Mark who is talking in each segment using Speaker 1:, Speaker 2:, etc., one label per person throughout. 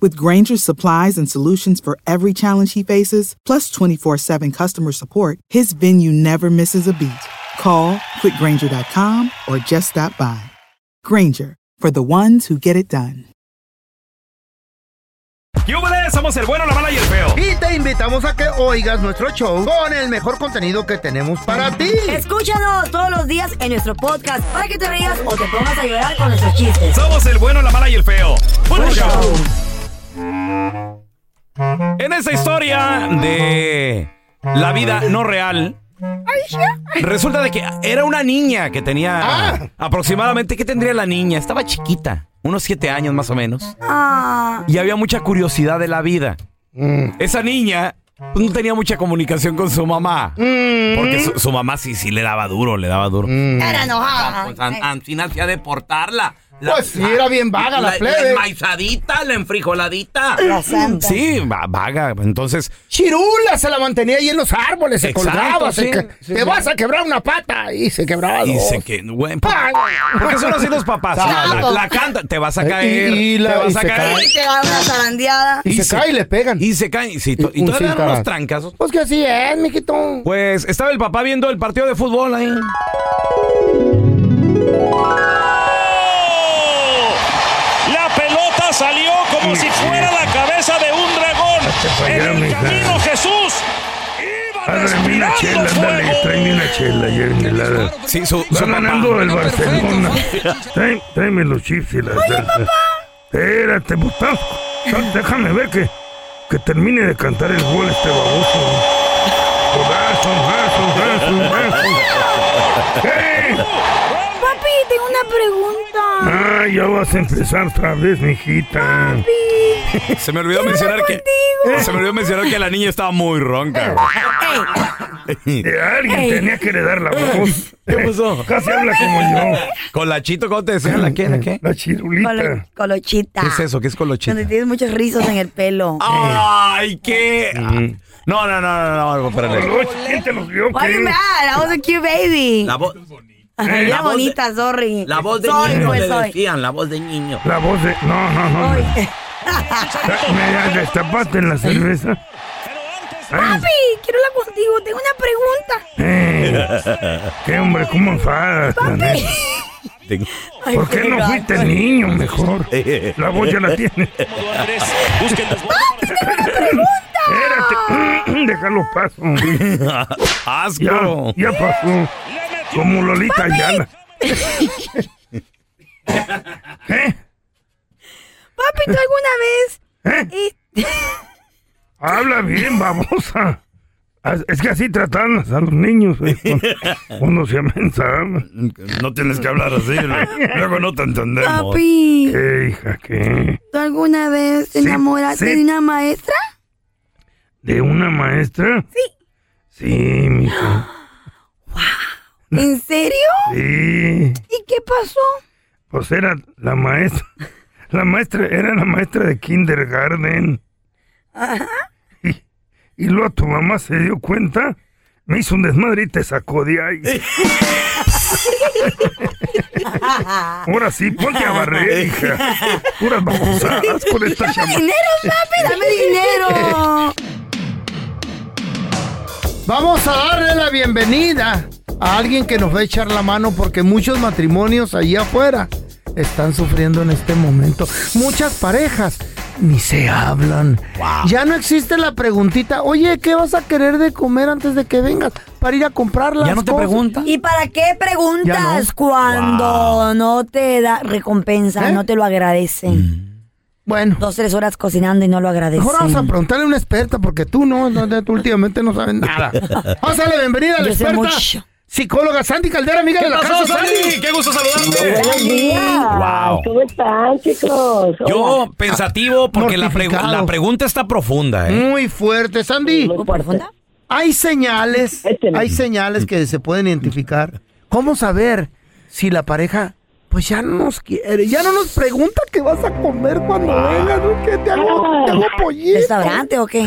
Speaker 1: With Granger's supplies and solutions for every challenge he faces, plus 24 7 customer support, his venue never misses a beat. Call quickgranger.com or just stop by. Granger, for the ones who get it done.
Speaker 2: ¡Yúbales! Somos el bueno, la mala y el feo.
Speaker 3: Y te invitamos a que oigas nuestro show con el mejor contenido que tenemos para ti.
Speaker 4: Escúchanos todos los días en nuestro podcast para que te rías o te pongas a llorar con nuestros chistes.
Speaker 2: Somos el bueno, la mala y el feo. ¡Puro show! En esta historia de la vida no real, resulta de que era una niña que tenía aproximadamente, ¿qué tendría la niña? Estaba chiquita, unos siete años más o menos,
Speaker 4: Ah,
Speaker 2: y había mucha curiosidad de la vida. Esa niña pues, no tenía mucha comunicación con su mamá,
Speaker 4: Mm.
Speaker 2: porque su, su mamá sí, sí le daba duro, le daba duro.
Speaker 3: Mm.
Speaker 4: era enojada. Eh.
Speaker 5: Pues an- Ancina hacía deportarla. La,
Speaker 3: Pues sí, era bien vaga la plebe.
Speaker 5: enmaizadita, la enfrijoladita.
Speaker 2: Mm.
Speaker 4: La santa.
Speaker 2: Sí, va- vaga, entonces...
Speaker 3: Chirula se la mantenía ahí en los árboles, se
Speaker 2: Exacto,
Speaker 3: colgaba. se
Speaker 2: sí,
Speaker 3: que-
Speaker 2: sí,
Speaker 3: te
Speaker 2: sí.
Speaker 3: vas a quebrar una pata. Y se quebraba.
Speaker 2: Y
Speaker 3: dos.
Speaker 2: se que, güey, ¿por,
Speaker 3: Ay,
Speaker 2: por qué son así los papás? La, la- la canta, te vas a
Speaker 3: Y-
Speaker 2: caer,
Speaker 3: y la-
Speaker 2: te
Speaker 3: y
Speaker 2: vas a
Speaker 3: se
Speaker 2: caer.
Speaker 3: cae.
Speaker 4: Y te da una zarandeada.
Speaker 3: Y, se, cae y le pegan.
Speaker 2: Y se caen, sí, to- y
Speaker 3: Un
Speaker 2: todavía dan
Speaker 3: cintaraz.
Speaker 2: unos trancazos.
Speaker 3: Pues que así es, mijito.
Speaker 2: Pues estaba el papá viendo el partido de fútbol ahí.
Speaker 6: La pelota salió como si fuera la cabeza de un dragón. En el camino Jesús iba
Speaker 7: Ábreme una chela,
Speaker 6: respirando pues.
Speaker 7: ándale, tráeme
Speaker 6: fuego.
Speaker 7: una chela ayer helada.
Speaker 2: Sí, su, su
Speaker 7: Va
Speaker 2: papá.
Speaker 7: ganando el Barcelona. Tráeme, tráeme los chips y la salsa. Espérate, Gustavo. No, Déjame ver que, que termine de cantar el gol este baboso. Golazo, golazo, golazo, golazo. ¡Hey!
Speaker 4: Papi, tengo una pregunta.
Speaker 7: Ah, ya vas a empezar otra vez, mijita.
Speaker 4: Papi.
Speaker 2: Se me olvidó mencionar que.
Speaker 7: Eh,
Speaker 4: contigo.
Speaker 2: Se me olvidó mencionar que la niña estaba muy ronca.
Speaker 4: Eh,
Speaker 7: De alguien tenía que heredar la voz.
Speaker 2: ¿Qué pasó?
Speaker 7: Casi habla como yo.
Speaker 2: Con la chito, ¿cómo te decían? ¿La qué? ¿La qué?
Speaker 7: La
Speaker 4: Colo-
Speaker 7: chirulita.
Speaker 4: colochita.
Speaker 2: ¿Qué es eso? ¿Qué es colochita? Ah,
Speaker 4: Donde tienes muchos rizos en el pelo.
Speaker 2: ¡Ay, qué! No, no, no, no, no, espérale.
Speaker 7: Los- ¿Quién te los dio?
Speaker 4: Why you
Speaker 7: ¿Quién?
Speaker 4: mad? I was a cute baby.
Speaker 5: La, vo-
Speaker 4: Ay,
Speaker 5: la
Speaker 4: era
Speaker 5: voz de-
Speaker 4: bonita, sorry.
Speaker 5: la voz de
Speaker 4: Sorry,
Speaker 5: niño
Speaker 4: pues,
Speaker 5: le
Speaker 4: soy.
Speaker 5: decían, la voz de niño.
Speaker 7: La voz de... No, no, no.
Speaker 4: Soy.
Speaker 7: ¿Me destapaste en la cerveza? Ay,
Speaker 4: Papi, quiero hablar contigo. Tengo una pregunta.
Speaker 7: eh, qué hombre, cómo enfadas. la neta.
Speaker 4: Ay,
Speaker 7: ¿Por qué no
Speaker 4: gacho.
Speaker 7: fuiste niño mejor? La voz ya la tienes.
Speaker 6: Cómodo, Andrés, busquen
Speaker 8: 啊
Speaker 6: los huevos.
Speaker 7: Espérate, déjalo paso. Ya,
Speaker 2: ¡Asco!
Speaker 7: ya pasó. Como Lolita Ayala. ¿Eh?
Speaker 4: Papi, ¿tú alguna vez?
Speaker 7: ¿Eh?
Speaker 4: Y-
Speaker 7: Habla bien, babosa. As- Es que así tratan a los niños. eh, con- Uno se amenazaba.
Speaker 2: No tienes que hablar así, luego no te entendemos.
Speaker 4: Papi,
Speaker 7: ¿Qué, hija, qué?
Speaker 4: ¿tú alguna vez te
Speaker 7: Sí,
Speaker 4: enamoraste
Speaker 7: sí.
Speaker 4: de una maestra?
Speaker 7: ¿De una maestra? Sí. Sí, mija.
Speaker 4: ¿En serio?
Speaker 7: Sí.
Speaker 4: ¿Y qué pasó?
Speaker 7: Pues era la maestra. La maestra era la maestra de kindergarten. Y, y luego tu mamá se dio cuenta, me hizo un desmadre y te sacó de ahí. Ahora sí, ponte a barrer, hija. Puras babosadas con esta chamaca.
Speaker 4: ¡Dinero, papi! ¡Dame dinero!
Speaker 3: Vamos a darle la bienvenida a alguien que nos va a echar la mano porque muchos matrimonios allí afuera están sufriendo en este momento. Muchas parejas ni se hablan. Ya no existe la preguntita, oye, ¿qué vas a querer de comer antes de que vengas para ir a comprar las
Speaker 2: Ya no te
Speaker 3: cosas?"
Speaker 2: pregunta.
Speaker 4: ¿Y para qué
Speaker 3: Ya
Speaker 4: preguntas
Speaker 3: no.
Speaker 4: cuando no te da recompensa,
Speaker 3: ¿Eh? Mm.
Speaker 4: no te lo agradecen?
Speaker 3: Bueno,
Speaker 4: Dos, tres horas cocinando y no lo agradecen.
Speaker 3: mejor vamos a preguntarle a una experta porque tú no, no, tú últimamente no sabes nada. Vamos a darle bienvenida a la
Speaker 4: Yo sé
Speaker 3: experta.
Speaker 4: mucho.
Speaker 3: Psicóloga Sandy Caldera, amiga de la casa. Sandy.
Speaker 2: ¡Qué gusto saludarte!
Speaker 9: Buenos días.
Speaker 2: Wow.
Speaker 9: ¿Cómo están, chicos? Hola.
Speaker 2: Yo pensativo porque la, pregu-
Speaker 3: Mortificado.
Speaker 2: la pregunta está profunda, ¿eh?
Speaker 3: Muy fuerte, Sandy.
Speaker 9: Muy Este
Speaker 4: ¿Muy profunda?
Speaker 3: Hay señales, hay señales que se pueden identificar. ¿Cómo saber si la pareja, pues ya no nos quiere, ya no nos pregunta qué vas a comer cuando vengas, ¿no? que te hago, te hago pollito.
Speaker 4: ¿Restaurante o qué?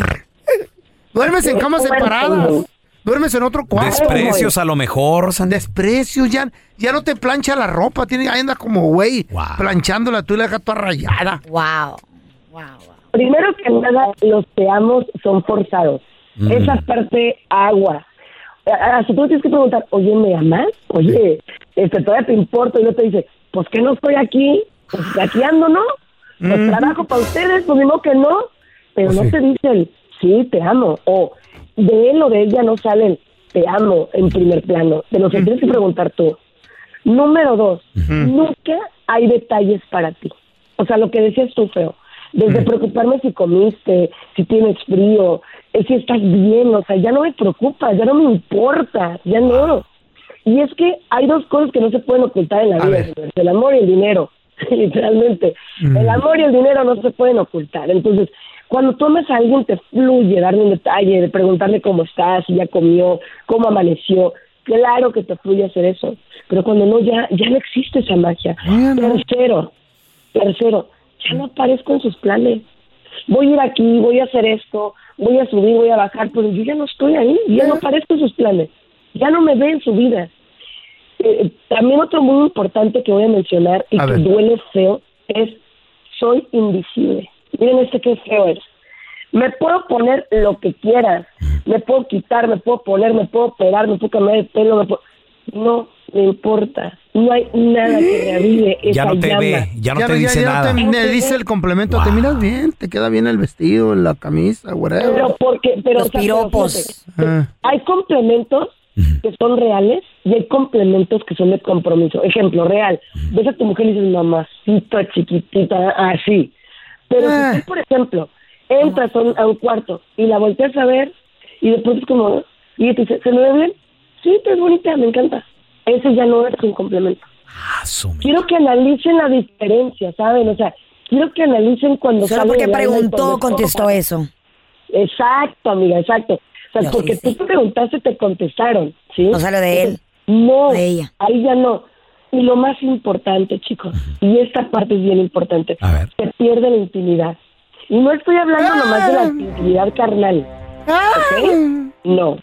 Speaker 3: Duermes en camas
Speaker 4: Qué fuerte.
Speaker 3: separadas, duermes en otro cuarto.
Speaker 2: Desprecios a lo mejor, Sandy.
Speaker 3: Desprecios, ya, ya no te plancha la ropa, tiene, ahí andas como güey, planchándola tú y la dejas toda rayada.
Speaker 4: Wow.
Speaker 9: Primero que nada, los te amos son forzados.
Speaker 3: Mm.
Speaker 9: Esa parte agua. A- a- Si tú tienes que preguntar, oye, ¿me amas? Oye, este, todavía te importa. Y no te dice, pues que no estoy aquí, pues aquí ando, ¿no? Pues
Speaker 10: Mm.
Speaker 9: trabajo para ustedes, pues mismo que no. Pero
Speaker 10: Pues
Speaker 9: no
Speaker 10: sí.
Speaker 9: te dicen, sí, te amo. O de él o de ella no salen, te amo en primer plano. De lo que tienes que preguntar tú. Número dos, nunca hay detalles para ti. O sea, lo que decías tú, feo. Desde preocuparme si comiste, si tienes frío, eh, si estás bien, o sea, ya no me preocupa, ya no me importa, ya no. Y es que hay dos cosas que no se pueden ocultar en la vida, señores, Pues el amor y el dinero, literalmente.
Speaker 10: Mm.
Speaker 9: El amor y el dinero no se pueden ocultar. Entonces, cuando tomas a alguien te fluye darle un detalle, de preguntarle cómo estás, si ya comió, cómo amaneció. Claro que te fluye hacer eso, pero cuando no, ya, ya no existe esa magia. Tercero, tercero, ya no aparezco en sus planes. Voy a ir aquí, voy a hacer esto, voy a subir, voy a bajar, pero yo ya no estoy ahí, ya no aparezco en sus planes, ya no me ve en su vida. Eh, también otro muy importante que voy a mencionar y
Speaker 10: A
Speaker 9: que
Speaker 10: ver.
Speaker 9: duele feo es soy invisible. Miren este que feo es. Me puedo poner lo que quieras, me puedo quitar, me puedo poner, me puedo operar, me puedo cambiar el pelo, me puedo- no me importa, no hay nada que revive esa
Speaker 3: Ya no te
Speaker 9: llama.
Speaker 3: ve, ya no Ya te no- ya- dice ya no nada. te- le dice el complemento, te miras bien, te queda bien el vestido, la camisa, whatever. Ah,
Speaker 9: Pero porque, pero
Speaker 3: Los
Speaker 9: o sea,
Speaker 3: piropos.
Speaker 9: pero fíjate, hay complementos que son reales y hay complementos que son de compromiso. Ejemplo real, ves a tu mujer y dices mamacita chiquitita, así. Pero
Speaker 4: Ah.
Speaker 9: si tú, por ejemplo, entras a un, a un cuarto y la volteas a ver y de pronto es como, y ella te dice, ¿se me ve bien? Sí, pero es bonita, me encanta. Ese ya no es un complemento. Quiero que analicen la diferencia, ¿saben? O sea, quiero que analicen cuando
Speaker 4: Solo
Speaker 9: sale
Speaker 4: porque
Speaker 9: del alma y
Speaker 4: preguntó,
Speaker 9: cuando
Speaker 4: contestó
Speaker 9: toca.
Speaker 4: eso.
Speaker 9: Exacto, amiga, exacto. O sea,
Speaker 4: No,
Speaker 9: porque
Speaker 4: sí,
Speaker 9: tú te preguntaste, te contestaron, ¿sí?
Speaker 4: No salió de él,
Speaker 9: No,
Speaker 4: de ella.
Speaker 9: ahí ya no. Y lo más importante, chicos, y esta parte es bien importante, se pierde la intimidad. Y no estoy
Speaker 3: Ah.
Speaker 9: hablando nomás de la intimidad carnal, ¿ok? No.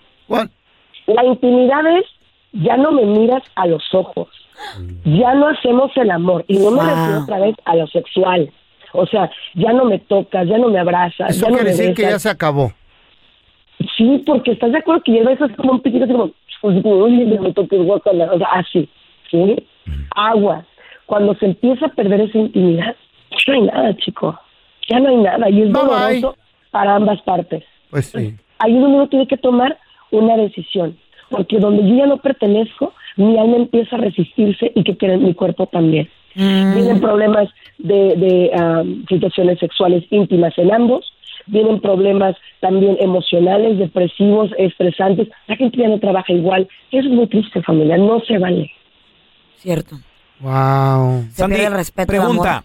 Speaker 9: La intimidad es, ya no me miras a los ojos
Speaker 4: Mm.
Speaker 9: ya no hacemos el amor. Y no me
Speaker 10: Wow.
Speaker 9: refiero otra vez a lo sexual. O sea, ya no me tocas, ya no me abrazas.
Speaker 3: Eso
Speaker 9: ya no
Speaker 3: quiere
Speaker 9: me
Speaker 3: decir que
Speaker 9: besas.
Speaker 3: ya se acabó.
Speaker 9: Sí, porque estás de acuerdo que ya eso es como un piquito, así como, uy, no me toques guácala", o sea, así, ¿sí? Agua. Cuando se empieza a perder esa intimidad, ya no hay nada, chico. Ya no hay nada. Y es doloroso para ambas partes.
Speaker 3: Pues sí.
Speaker 9: Ahí es donde uno tiene que tomar una decisión. Porque donde yo ya no pertenezco, mi alma empieza a resistirse y que quiere mi cuerpo también.
Speaker 3: Mm.
Speaker 9: Vienen problemas de, de, am, situaciones sexuales íntimas en ambos. Vienen problemas también emocionales, depresivos, estresantes. La gente ya no trabaja igual. Eso es muy triste, familia. No se vale.
Speaker 4: cierto.
Speaker 3: Wow.
Speaker 2: Sandy,
Speaker 4: pierde el respeto, el amor.
Speaker 2: pregunta.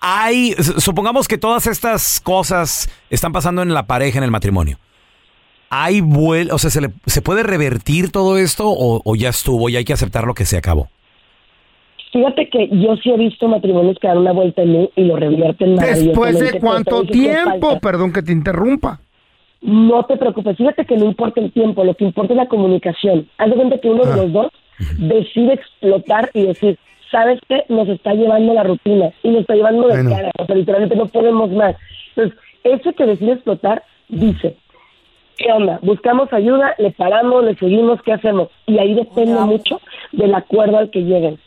Speaker 2: Hay, s- supongamos que todas estas cosas están pasando en la pareja, en el matrimonio. ¿Hay vuel o sea, ¿se, le- se puede revertir todo esto o, o ya estuvo y hay que aceptar lo que se acabó?
Speaker 9: Fíjate que yo sí he visto matrimonios que dan una vuelta en mí y lo revierten
Speaker 3: Después
Speaker 9: maravillosamente,
Speaker 3: de
Speaker 9: pero
Speaker 3: cuánto
Speaker 9: te dije que
Speaker 3: tiempo,
Speaker 9: falta.
Speaker 3: perdón que te interrumpa.
Speaker 9: No te preocupes, fíjate que no importa el tiempo, lo que importa es la comunicación. Haz de cuenta que uno
Speaker 3: Ah.
Speaker 9: de los dos decide explotar y decir, ¿sabes qué? Nos está llevando la rutina y nos está llevando de
Speaker 10: Bueno.
Speaker 9: cara, o sea, literalmente no podemos más. Entonces, ese que decide explotar dice, ¿qué onda? Buscamos ayuda, le paramos, le seguimos, ¿qué hacemos? Y ahí depende mucho del acuerdo al que lleguen.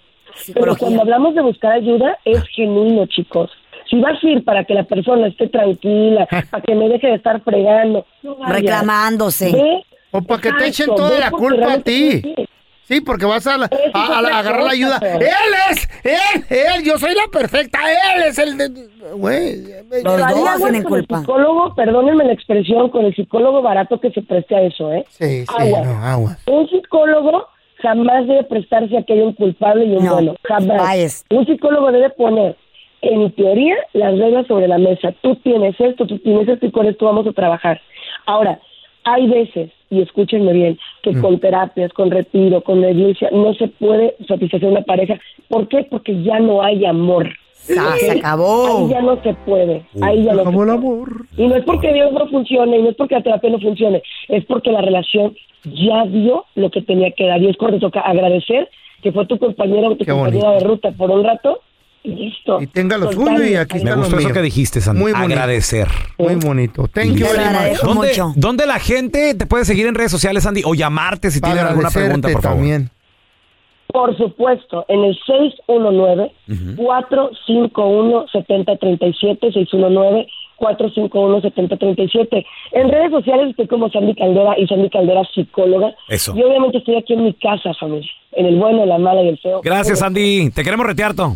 Speaker 9: Pero cuando hablamos de buscar ayuda, es genuino, chicos. Si vas a ir para que la persona esté tranquila,
Speaker 3: Ah.
Speaker 9: para que me deje de estar fregando, no vayas.
Speaker 4: Reclamándose.
Speaker 9: Ve,
Speaker 3: O para que te
Speaker 9: exacto,
Speaker 3: echen toda
Speaker 9: ve
Speaker 3: la
Speaker 9: porque
Speaker 3: culpa a
Speaker 9: realmente
Speaker 3: ti.
Speaker 9: sí.
Speaker 3: Sí, porque vas a, la-
Speaker 9: es
Speaker 3: a- a la-
Speaker 9: otra
Speaker 3: agarrar la
Speaker 9: cosa,
Speaker 3: ayuda.
Speaker 9: pero-
Speaker 3: Él es, él, él, yo soy la perfecta, él es el de... Güey,
Speaker 9: Pero ahí aguas con el psicólogo, perdónenme la expresión, con el psicólogo barato que se preste a eso, ¿eh?
Speaker 3: Sí, sí,
Speaker 9: Aguas.
Speaker 3: no, agua.
Speaker 9: Un psicólogo jamás debe prestarse a que haya un culpable y un
Speaker 4: No,
Speaker 9: bueno. Jamás.
Speaker 4: vayas.
Speaker 9: Un psicólogo debe poner, en teoría, las reglas sobre la mesa. Tú tienes esto, tú tienes esto y con esto vamos a trabajar. Ahora, hay veces, y escúchenme bien, que con terapias, con retiro, con la iglesia, no se puede satisfacer una pareja. ¿Por qué? Porque ya no hay amor.
Speaker 4: Sa- Ah, se acabó.
Speaker 9: Ahí ya no se puede. Ahí ya no se puede. Y no es porque Dios no funcione, y no es porque la terapia no funcione, es porque la relación ya dio lo que tenía que dar. Y es cuando toca agradecer que fue tu compañero o tu
Speaker 3: Qué
Speaker 9: compañera de ruta por un rato y listo.
Speaker 3: Y tenga lo
Speaker 9: Soltar Pues,
Speaker 3: suyo y aquí
Speaker 2: Me
Speaker 3: está
Speaker 2: gustó
Speaker 3: lo
Speaker 2: eso
Speaker 3: mío.
Speaker 2: que dijiste, Sandy.
Speaker 3: Muy bonito.
Speaker 2: Agradecer.
Speaker 3: Muy bonito. Thank you
Speaker 4: Yo le
Speaker 3: very much.
Speaker 4: agradezco
Speaker 2: ¿Dónde,
Speaker 4: mucho.
Speaker 2: dónde la gente te puede seguir en redes sociales, Sandy? O llamarte si
Speaker 3: Para
Speaker 2: tienen alguna
Speaker 3: agradecerte
Speaker 2: pregunta, por favor.
Speaker 3: también.
Speaker 9: Por supuesto, en el 619-451-7037, 619-451-7037. En redes sociales estoy como Sandy Caldera y Sandy Caldera psicóloga.
Speaker 2: Eso.
Speaker 9: Y obviamente estoy aquí en mi casa, familia, en el bueno, la mala y el feo.
Speaker 2: Gracias, Sandy. Te queremos retearto.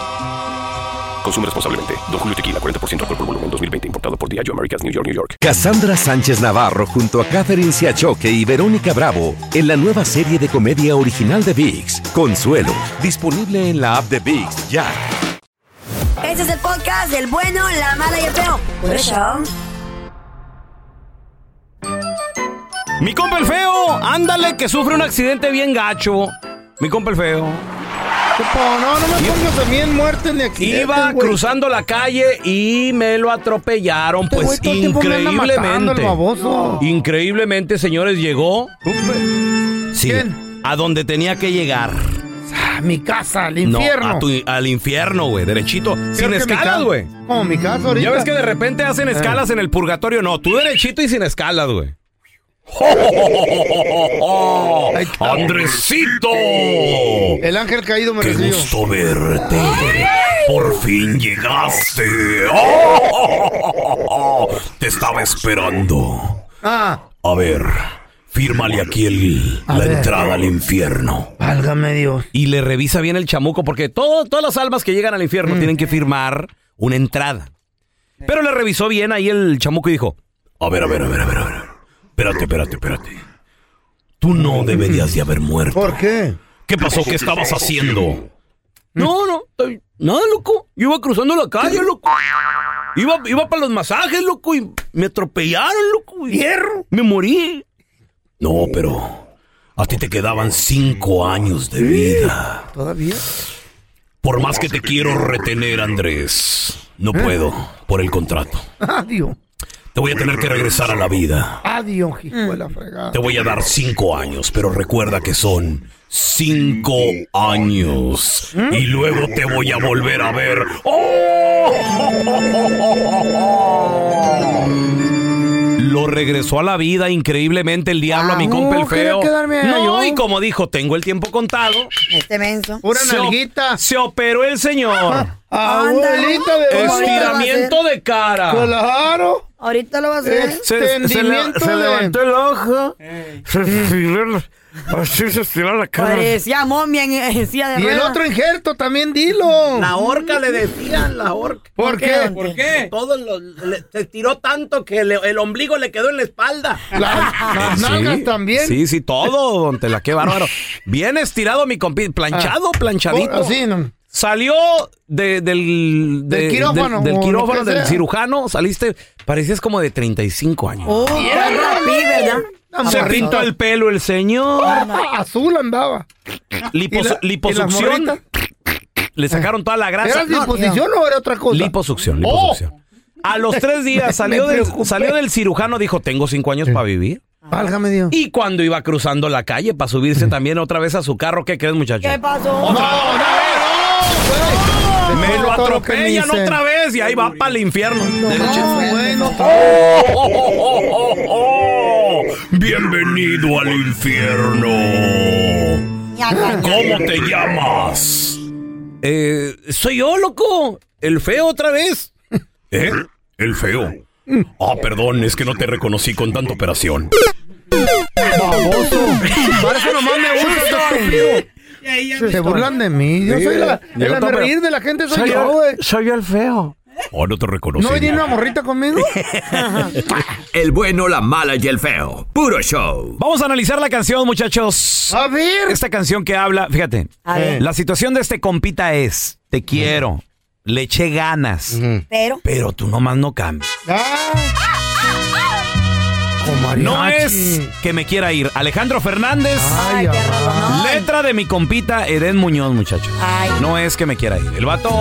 Speaker 11: Consume responsablemente. Don Julio Tequila, 40% alcohol por volumen, 2020. Importado por Diageo Americas, New York, New York.
Speaker 12: Cassandra Sánchez Navarro junto a Catherine Siachoque y Verónica Bravo en la nueva serie de comedia original de VIX, Consuelo, disponible en la app de VIX ya.
Speaker 4: Este es el podcast del bueno, la mala y el feo. Por eso.
Speaker 2: Mi compa el feo, ándale que sufre un accidente bien gacho. Mi compa el feo.
Speaker 3: Tipo, No, no me pongas a mí en muertes ni aquí.
Speaker 2: Iba cruzando la calle y me lo atropellaron, pues
Speaker 3: Este güey todo el tiempo me anda matando,
Speaker 2: increíblemente.
Speaker 3: el baboso.
Speaker 2: Increíblemente, señores, llegó. Sí, a donde tenía que llegar.
Speaker 3: A Ah, mi casa, al
Speaker 2: No,
Speaker 3: infierno.
Speaker 2: a tu- al infierno, güey, derechito. Sin
Speaker 3: que mi
Speaker 2: escalas,
Speaker 3: casa-
Speaker 2: güey.
Speaker 3: Como mi casa ahorita. Eh.
Speaker 2: Ya ves que de repente hacen escalas en el purgatorio. No, tú derechito y sin escalas, güey. ¡Andresito!
Speaker 3: El ángel caído me recibió.
Speaker 6: gusto verte. Por fin llegaste. Te estaba esperando.
Speaker 3: Ah,
Speaker 6: A ver, fírmale aquí el-
Speaker 3: A
Speaker 6: la
Speaker 3: ver.
Speaker 6: entrada al infierno.
Speaker 3: válgame Dios.
Speaker 2: Y le revisa bien el chamuco, porque todo- todas las almas que llegan al
Speaker 3: Mm.
Speaker 2: infierno tienen que firmar una entrada. Pero le revisó bien ahí el chamuco y dijo:
Speaker 6: A ver, a ver, a ver, a ver, a ver. Espérate, espérate, espérate. Tú no deberías de haber muerto.
Speaker 3: ¿Por qué?
Speaker 6: ¿Qué pasó? ¿Qué estabas haciendo?
Speaker 3: Mm.
Speaker 2: No, no, estoy- nada, loco. Yo iba cruzando la calle, loco. Iba, iba para los masajes, loco, y me atropellaron, loco. y Me morí.
Speaker 6: No, pero a ti te quedaban cinco años de vida.
Speaker 3: ¿Todavía?
Speaker 6: Por más que te quiero retener, Andrés,
Speaker 3: ¿Eh?
Speaker 6: no puedo por el contrato.
Speaker 3: Adiós.
Speaker 6: Te voy a tener que regresar a la vida.
Speaker 3: Adiós, hijo de la fregada.
Speaker 6: Te voy a dar cinco años, pero recuerda que son cinco años. Y luego te voy a volver a ver. Oh,
Speaker 2: Lo regresó a la vida increíblemente el diablo a mi
Speaker 3: Ah,
Speaker 2: compa el
Speaker 3: no, quería
Speaker 2: feo.
Speaker 3: quedarme allá
Speaker 2: No,
Speaker 3: yo.
Speaker 2: y como dijo, tengo el tiempo contado.
Speaker 4: Este menso.
Speaker 3: Pura
Speaker 2: Se, op-
Speaker 3: nalguita.
Speaker 2: se operó el señor.
Speaker 3: Abuelita de
Speaker 4: Ándale.
Speaker 3: barrio.
Speaker 2: Estiramiento de cara. Eh,
Speaker 3: Claro.
Speaker 4: Ahorita lo vas a ver.
Speaker 2: Se, se- se le- se
Speaker 3: Extendimiento de-
Speaker 2: levantó el ojo.
Speaker 7: Se estiró la- así se estiró la cara.
Speaker 4: Parecía momia en, en silla de
Speaker 3: Y el
Speaker 4: ruedas.
Speaker 3: otro injerto también, dilo.
Speaker 5: La horca le decían, la horca.
Speaker 3: ¿Por qué?
Speaker 5: ¿Por qué? Todo lo- le- se estiró tanto que le- el ombligo le quedó en la espalda.
Speaker 3: La- las nalgas
Speaker 2: Ah, Sí,
Speaker 3: también.
Speaker 2: Sí, sí, todo, don Tela, qué bárbaro. Bien estirado mi compi, planchado, planchadito.
Speaker 3: Así, Ah. Oh, no.
Speaker 2: Salió de- del, de-
Speaker 3: Del quirófano,
Speaker 2: del, del
Speaker 3: o lo
Speaker 2: quirófano,
Speaker 3: que
Speaker 2: del
Speaker 3: sea.
Speaker 2: cirujano, saliste, parecías como de 35 años.
Speaker 4: Oh, fue rapí, ¿verdad?
Speaker 2: Se pintó el pelo el señor,
Speaker 3: Azul andaba.
Speaker 2: lipos-
Speaker 3: Ah. ¿Y la- y las
Speaker 2: liposucción,
Speaker 3: morritas?
Speaker 2: le sacaron toda la grasa.
Speaker 3: ¿Era
Speaker 2: No,
Speaker 3: disposición o era otra cosa?
Speaker 2: Liposucción,
Speaker 3: Oh.
Speaker 2: liposucción. A los tres días salió, del, salió del cirujano, dijo, tengo cinco años para vivir.
Speaker 3: Válgame Dios.
Speaker 2: Y cuando iba cruzando la calle para subirse también otra vez a su carro, ¿qué crees, muchacho?
Speaker 4: ¿Qué pasó?
Speaker 2: Me lo
Speaker 4: Todo lo que me
Speaker 2: atropellan
Speaker 4: hice.
Speaker 2: otra vez y ahí va para el infierno. Derechito.
Speaker 6: Bienvenido al infierno. ¿Cómo te llamas?
Speaker 2: Eh, soy yo, loco. El feo otra vez.
Speaker 6: ¿Eh? El feo. Ah, perdón, es que no te reconocí con tanta operación.
Speaker 3: Baboso. Para eso nomás me gusta este estúpido. Se burlan de mí. Yo
Speaker 6: Sí,
Speaker 3: soy la.
Speaker 6: yo
Speaker 3: El
Speaker 6: también.
Speaker 3: reír de la gente soy,
Speaker 6: Soy
Speaker 3: yo,
Speaker 6: yo-
Speaker 3: güey. Soy yo el feo.
Speaker 6: Oh, no te reconocí.
Speaker 3: ¿No viene una morrita conmigo?
Speaker 13: El bueno, la mala y el feo. Puro show.
Speaker 2: Vamos a analizar la canción, muchachos.
Speaker 3: A ver.
Speaker 2: Esta canción que habla, fíjate.
Speaker 4: A ver.
Speaker 2: La situación de este compita es, te quiero, le eché ganas,
Speaker 4: Pero.
Speaker 2: pero tú nomás no cambias.
Speaker 3: Ah.
Speaker 2: No es que me quiera ir. Alejandro Fernández. Letra de mi compita Edén Muñoz, muchachos. No es que me quiera ir. El vato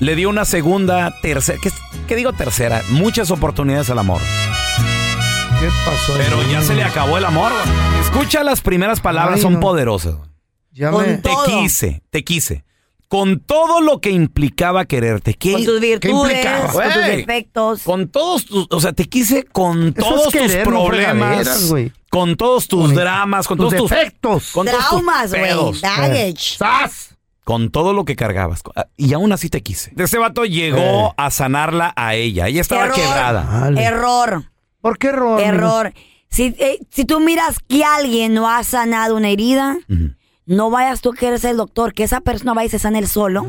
Speaker 2: le dio una segunda, tercera. ¿Qué, qué digo tercera? Muchas oportunidades al amor.
Speaker 3: ¿Qué pasó?
Speaker 2: Pero ya se le acabó el amor. güey. Escucha las primeras palabras,
Speaker 3: Ay,
Speaker 2: son
Speaker 3: no.
Speaker 2: poderosas.
Speaker 3: Ya me-
Speaker 2: Te quise, te quise. Con todo lo que implicaba quererte. ¿Qué,
Speaker 4: Con tus
Speaker 2: qué
Speaker 4: virtudes,
Speaker 2: implicaba?
Speaker 4: con tus
Speaker 2: Güey,
Speaker 4: defectos.
Speaker 2: Con todos tus, o sea, te quise con
Speaker 4: Eso es
Speaker 2: todos tus
Speaker 4: querer, no fregaderas,
Speaker 2: problemas,
Speaker 4: güey.
Speaker 2: con todos tus dramas, con
Speaker 4: Tus
Speaker 2: todos tus
Speaker 4: defectos.
Speaker 2: con todos tus
Speaker 4: Traumas, güey,
Speaker 2: pedos. Eh.
Speaker 4: baggage.
Speaker 3: ¡Sas!
Speaker 2: con todo lo que cargabas. co- ah, Y aún así te quise. Ese vato llegó
Speaker 4: Eh.
Speaker 2: a sanarla a ella. Ella estaba
Speaker 4: Error.
Speaker 2: quebrada.
Speaker 4: Error.
Speaker 3: ¿Por qué error?
Speaker 4: Error. Si, eh, si tú miras que alguien no ha sanado una herida, no vayas tú a querer ser el doctor, que esa persona vaya y se sane el solo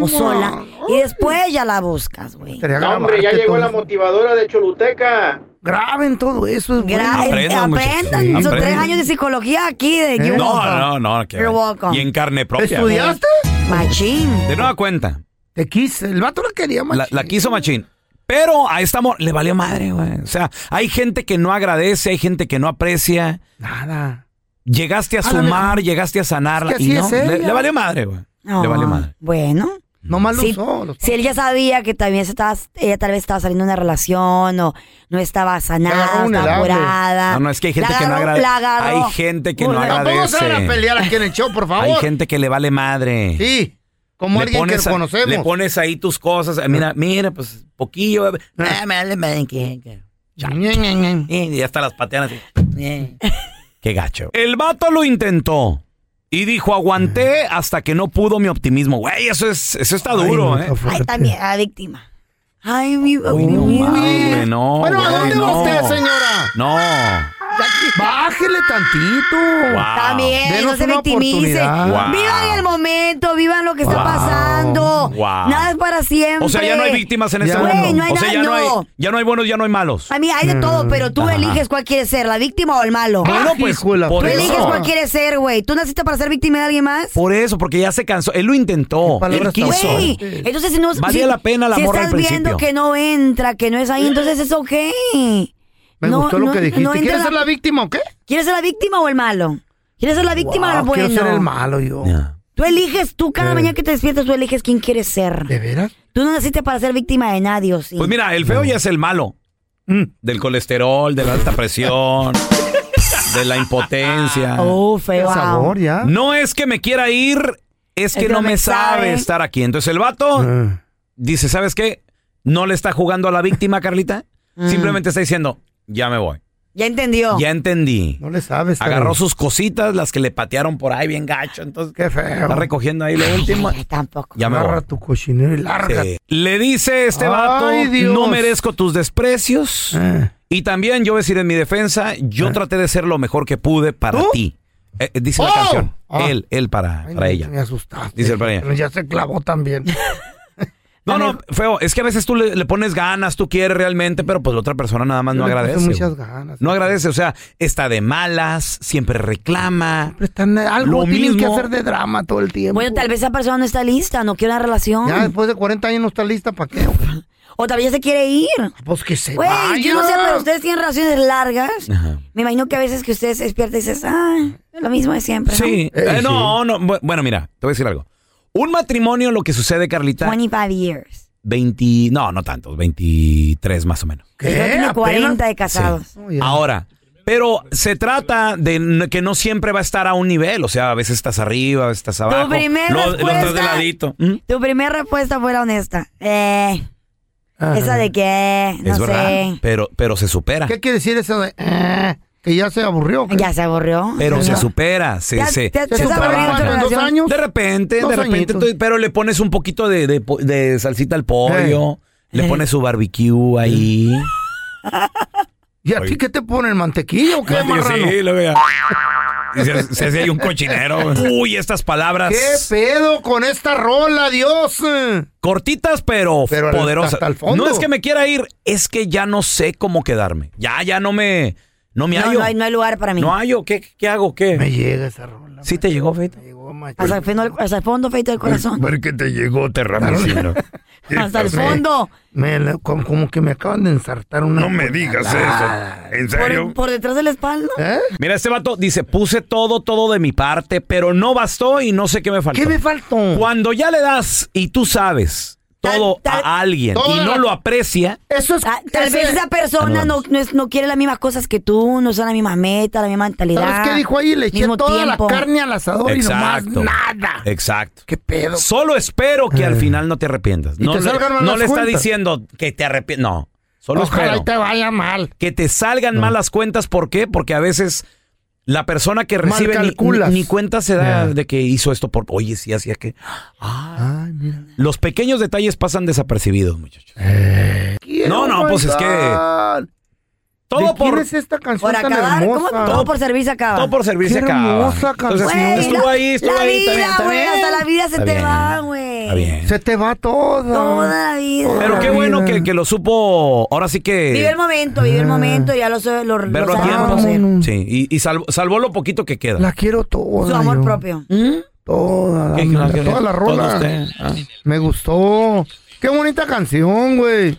Speaker 4: o sola. Y después ya la buscas, güey.
Speaker 3: No, hombre, ya llegó la
Speaker 14: motivadora de Choluteca.
Speaker 3: Graben todo eso. Es bueno. pues,
Speaker 4: Gra- eh,
Speaker 2: Aprendan, muchachos.
Speaker 4: Aprendan
Speaker 2: Sí.
Speaker 4: sus
Speaker 2: Aprendan.
Speaker 4: tres años de psicología aquí de
Speaker 2: No,
Speaker 4: You're welcome.
Speaker 2: no, no. que-
Speaker 4: You're welcome.
Speaker 2: Y en carne propia.
Speaker 3: ¿Estudiaste?
Speaker 4: Machín.
Speaker 2: De nueva cuenta.
Speaker 3: Te quise. El vato la quería más.
Speaker 2: La, la quiso Machín. Pero a esta amor le valió madre, güey. O sea, hay gente que no agradece, hay gente que no aprecia.
Speaker 3: Nada.
Speaker 2: Llegaste a
Speaker 3: A la
Speaker 2: sumar, llegaste a sanarla.
Speaker 3: Es que
Speaker 2: y
Speaker 3: así
Speaker 2: no,
Speaker 3: es
Speaker 2: le,
Speaker 3: ella.
Speaker 2: le valió madre, güey. Le
Speaker 4: Ah,
Speaker 2: valió madre.
Speaker 4: Bueno.
Speaker 3: No más lo
Speaker 4: si,
Speaker 3: usó, lo-
Speaker 4: si él ya sabía que también se estaba, ella tal vez estaba saliendo de una relación o no estaba sanada,
Speaker 3: agarró un
Speaker 4: estaba
Speaker 3: helado.
Speaker 4: curada.
Speaker 2: Ah, No, no, es que hay
Speaker 4: La
Speaker 2: gente que no
Speaker 4: agarró-
Speaker 2: agradece.
Speaker 4: la agarró.
Speaker 2: Hay gente que no
Speaker 3: Tampoco se van a
Speaker 2: agradece.
Speaker 3: pelear aquí en el show, por favor.
Speaker 2: Hay gente que le vale madre.
Speaker 3: Sí, como
Speaker 2: Le
Speaker 3: alguien que
Speaker 2: pones a-
Speaker 3: conocemos.
Speaker 2: Le pones ahí tus cosas. eh, Mira, mira, pues poquillo. eh,
Speaker 4: Ah,
Speaker 2: eh, me vale madre que- que- Ya. Y hasta las patean así. Qué gacho. El vato lo intentó. Y dijo, aguanté hasta que no pudo mi optimismo. Güey, eso, es, eso está duro, ¿eh?
Speaker 4: Ay, también, a víctima. Ay, mi.
Speaker 2: Uy, no,
Speaker 4: mi-
Speaker 2: mames, no,
Speaker 4: Bueno, ¿a
Speaker 2: güey,
Speaker 4: dónde va
Speaker 2: no.
Speaker 4: usted, señora?
Speaker 2: No.
Speaker 3: Bájele tantito.
Speaker 2: Wow.
Speaker 4: También, no
Speaker 3: Denos
Speaker 4: se
Speaker 3: una
Speaker 4: victimice.
Speaker 3: oportunidad. Wow.
Speaker 4: Vivan el momento, vivan lo que está
Speaker 2: Wow.
Speaker 4: pasando.
Speaker 2: Wow.
Speaker 4: Nada es para siempre.
Speaker 2: O sea, ya no hay víctimas en este
Speaker 4: Güey,
Speaker 2: mundo.
Speaker 4: no hay
Speaker 2: o sea, ya
Speaker 4: nada,
Speaker 2: no. hay,
Speaker 4: no.
Speaker 2: ya no hay buenos, ya no hay malos.
Speaker 4: A mí hay de
Speaker 2: Mm.
Speaker 4: todo, pero tú
Speaker 2: Ajá.
Speaker 4: eliges cuál quieres ser, la víctima o el malo.
Speaker 2: Bueno, pues, por eso.
Speaker 4: tú eliges cuál quieres ser, güey. ¿Tú naciste para ser víctima de alguien más?
Speaker 2: Por eso, porque ya se cansó. Él lo intentó. Él quiso.
Speaker 4: Güey, entonces si no
Speaker 2: Valía
Speaker 4: si-
Speaker 2: la pena la
Speaker 4: si
Speaker 2: morra al
Speaker 4: estás viendo
Speaker 2: principio.
Speaker 4: que no entra, que no es ahí, entonces es ok.
Speaker 3: Me
Speaker 4: No-
Speaker 3: gustó lo
Speaker 4: no-
Speaker 3: que dijiste.
Speaker 4: no entra
Speaker 3: ¿Quieres ser la víctima o qué?
Speaker 4: ¿Quieres ser la víctima o el malo? ¿Quieres ser la víctima o el
Speaker 3: Wow,
Speaker 4: bueno?
Speaker 3: quiero ser el malo yo.
Speaker 4: Tú eliges, tú cada
Speaker 3: Eh.
Speaker 4: mañana que te despiertas, tú eliges quién quieres ser. ¿De
Speaker 3: veras?
Speaker 4: Tú no naciste para ser víctima de nadie, ¿o sí?
Speaker 2: Pues mira, el feo
Speaker 4: Mm.
Speaker 2: ya es el malo.
Speaker 3: Mm.
Speaker 2: Del colesterol, de la alta presión, de la impotencia.
Speaker 4: Oh, feo.
Speaker 3: Qué sabor, ya.
Speaker 2: No es que me quiera ir, es que no me sabe estar aquí. Entonces el vato
Speaker 3: Ah.
Speaker 2: dice, ¿sabes qué? No le está jugando a la víctima, Carlita.
Speaker 4: Mm.
Speaker 2: Simplemente está diciendo, ya me voy.
Speaker 4: Ya entendió.
Speaker 2: Ya entendí.
Speaker 3: No le sabes. Carlos.
Speaker 2: Agarró sus cositas, las que le patearon por ahí bien gacho. Entonces,
Speaker 3: qué feo.
Speaker 2: Está recogiendo ahí lo último.
Speaker 4: tampoco.
Speaker 2: Ya me voy.
Speaker 3: Agarra tu cochinero y larga.
Speaker 2: Sí. Le dice este vato,
Speaker 3: Ay, Dios. Eh.
Speaker 2: no merezco tus desprecios. Y también yo voy a decir en mi defensa, yo traté de ser lo mejor que pude para ti. Eh, eh, dice la
Speaker 3: ¡Oh!
Speaker 2: canción.
Speaker 3: Ah.
Speaker 2: Él, él para, para ella.
Speaker 3: Me asustaste.
Speaker 2: Dice él para ella.
Speaker 3: Ya se clavó también.
Speaker 2: No, no, feo, es que a veces tú le, le pones ganas, tú quieres realmente, pero pues la otra persona nada más no
Speaker 3: Yo le puse
Speaker 2: agradece.
Speaker 3: muchas
Speaker 2: güey.
Speaker 3: ganas.
Speaker 2: No agradece, o sea, está de malas, siempre reclama.
Speaker 3: Están, algo
Speaker 2: Lo
Speaker 3: tienen que
Speaker 2: mismo.
Speaker 3: hacer de drama todo el tiempo.
Speaker 4: Bueno, tal vez esa persona no está lista, no quiere una relación.
Speaker 3: Ya después de 40 años no está lista, ¿para qué?
Speaker 4: O tal vez ya se quiere ir.
Speaker 3: Pues que se
Speaker 4: Güey, yo no sé,
Speaker 3: vaya.
Speaker 4: pero ustedes tienen relaciones largas. Me imagino que a veces que ustedes se despiertan y dices, ah, lo mismo de siempre. ¿no?
Speaker 2: Sí, eh, no, no, bu- bueno, mira, te voy a decir algo. Un matrimonio, lo que sucede, Carlita,
Speaker 4: 25 years.
Speaker 2: 20,
Speaker 3: Eh,
Speaker 2: no, no tantos, 23 más o menos.
Speaker 3: Oh,
Speaker 4: Yo tiene 40 de casados.
Speaker 2: Ahora, Pero se trata de n- que no siempre va a estar a un nivel. O sea, a veces estás arriba, a veces estás abajo.
Speaker 4: primera
Speaker 2: lo, lo
Speaker 4: respuesta-
Speaker 2: otro de ladito. ¿Mm?
Speaker 4: Tu primera respuesta fuera honesta. Eh,
Speaker 2: Ajá.
Speaker 4: esa de que, no
Speaker 2: es verdad.
Speaker 4: sé.
Speaker 2: Pero, pero se supera.
Speaker 3: ¿Qué quiere decir eso de eh, que ya se aburrió?
Speaker 4: Ya se aburrió.
Speaker 2: Pero se supera, se,
Speaker 4: Ya-
Speaker 2: se,
Speaker 4: ya-
Speaker 2: se
Speaker 4: ya
Speaker 2: trabaja.
Speaker 4: aburrido tu relación. ¿Dos años?
Speaker 2: De repente,
Speaker 4: Dos
Speaker 2: de repente,
Speaker 4: añitos.
Speaker 2: tú- pero le pones un poquito de, de po- de salsita al pollo, le pones su barbecue ahí.
Speaker 3: ¿Y a ti qué te ponen? ¿Mantequilla o qué,
Speaker 2: Mantequilla,
Speaker 3: marrano?
Speaker 2: sí, lo vea. Y se, se hace ahí un cochinero. Uy, estas palabras.
Speaker 3: ¿Qué pedo con esta rola, Dios?
Speaker 2: Cortitas, pero,
Speaker 3: Pero hasta-
Speaker 2: poderosas.
Speaker 3: hasta el fondo.
Speaker 2: No es que me quiera ir, es que ya no sé cómo quedarme. Ya, ya no me, no me
Speaker 4: No,
Speaker 2: hallo.
Speaker 4: no hay, no hay lugar para mí.
Speaker 2: No hallo. ¿Qué, qué hago? ¿Qué? Me
Speaker 3: llega esa rola.
Speaker 2: ¿Sí te llegó, Feito?
Speaker 3: Oh
Speaker 4: Hasta el, fondo, hasta el fondo, feito del corazón.
Speaker 3: ver que te llegó, te
Speaker 4: Hasta el fondo.
Speaker 3: Me, la- como, como que me acaban de ensartar una.
Speaker 7: No me digas
Speaker 3: puñalada.
Speaker 7: eso. ¿En
Speaker 4: Por, por detrás de la espalda.
Speaker 3: ¿Eh?
Speaker 2: Mira, este vato dice, puse todo, todo de mi parte, pero no bastó y no sé qué me faltó.
Speaker 3: ¿Qué me faltó?
Speaker 2: Cuando ya le das y tú sabes todo a alguien
Speaker 4: toda
Speaker 2: y no
Speaker 4: la-
Speaker 2: lo aprecia,
Speaker 3: Eso es.
Speaker 4: Ta- Ah, Tal
Speaker 3: ese-
Speaker 4: vez esa persona no, no, es- no quiere las mismas cosas que tú, no son las mismas metas, la misma mentalidad.
Speaker 3: ¿Sabes qué dijo ahí? Le eché
Speaker 4: mismo
Speaker 3: toda
Speaker 4: tiempo.
Speaker 3: la carne al asador y
Speaker 2: Exacto.
Speaker 3: nomás nada.
Speaker 2: Exacto.
Speaker 3: ¿Qué pedo? Eh.
Speaker 2: Solo espero que al final no te arrepientas.
Speaker 3: Y
Speaker 2: No,
Speaker 3: te
Speaker 2: le-
Speaker 3: salgan malas
Speaker 2: no le está
Speaker 3: cuentas.
Speaker 2: diciendo que te arrepientas. No. Solo
Speaker 3: Ojalá y
Speaker 2: espero
Speaker 3: te vaya mal.
Speaker 2: que te salgan malas cuentas. ¿Por qué? Porque a veces la persona que
Speaker 3: Mal
Speaker 2: recibe ni- ni,
Speaker 3: calculas.
Speaker 2: ni cuenta se da
Speaker 3: Ya.
Speaker 2: de que hizo esto por. Oye, sí, hacía que. Los pequeños detalles pasan desapercibidos, muchachos. No, no, pues es que-
Speaker 3: oh ¿De
Speaker 2: Todo
Speaker 3: quién
Speaker 2: por.
Speaker 3: es esta canción
Speaker 4: Por
Speaker 3: tan
Speaker 4: acabar, ¿cómo?
Speaker 3: hermosa?
Speaker 4: Todo por servirse acaba.
Speaker 2: Todo por servirse
Speaker 3: Qué
Speaker 2: acaba.
Speaker 3: hermosa
Speaker 2: Entonces,
Speaker 3: canción.
Speaker 4: Güey,
Speaker 2: estuvo
Speaker 4: la-
Speaker 2: ahí, estuvo
Speaker 4: la
Speaker 2: ahí. está bien,
Speaker 4: vida,
Speaker 2: está
Speaker 4: güey,
Speaker 2: bien.
Speaker 4: hasta la vida se
Speaker 2: Está
Speaker 4: te
Speaker 2: bien.
Speaker 4: va, güey.
Speaker 2: Está bien.
Speaker 3: Se te va toda.
Speaker 4: Toda la vida.
Speaker 2: Pero qué bueno que, que lo supo. Ahora sí
Speaker 4: Vive
Speaker 2: que
Speaker 4: el momento, vive el momento, ya lo sé, lo, lo
Speaker 2: Ah. verlo a
Speaker 4: sabe
Speaker 2: tiempo.
Speaker 4: reconocer.
Speaker 2: Sí, y, y salvó, salvó lo poquito que queda.
Speaker 3: La quiero toda.
Speaker 4: Su amor
Speaker 3: yo.
Speaker 4: propio.
Speaker 3: Toda,
Speaker 2: ¿Qué, qué,
Speaker 3: dámela,
Speaker 2: qué, qué?
Speaker 3: toda la
Speaker 2: Todo
Speaker 3: rola.
Speaker 2: usted, ah.
Speaker 3: Me gustó. Qué bonita canción, güey.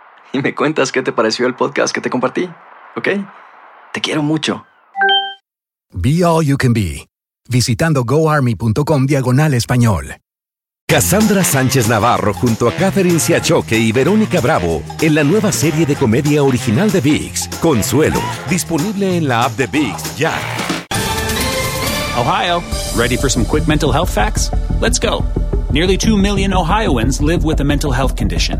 Speaker 10: y me cuentas qué te pareció el podcast que te compartí, ¿ok? Te quiero mucho.
Speaker 15: Be All You Can Be, visitando goarmy.com diagonal español.
Speaker 12: Cassandra Sánchez Navarro junto a Catherine Siachoque y Verónica Bravo en la nueva serie de comedia original de VIX, Consuelo, disponible en la app de VIX ya.
Speaker 8: Ohio, ready for some quick mental health facts? Let's go. Nearly 2 million Ohioans live with a mental health condition.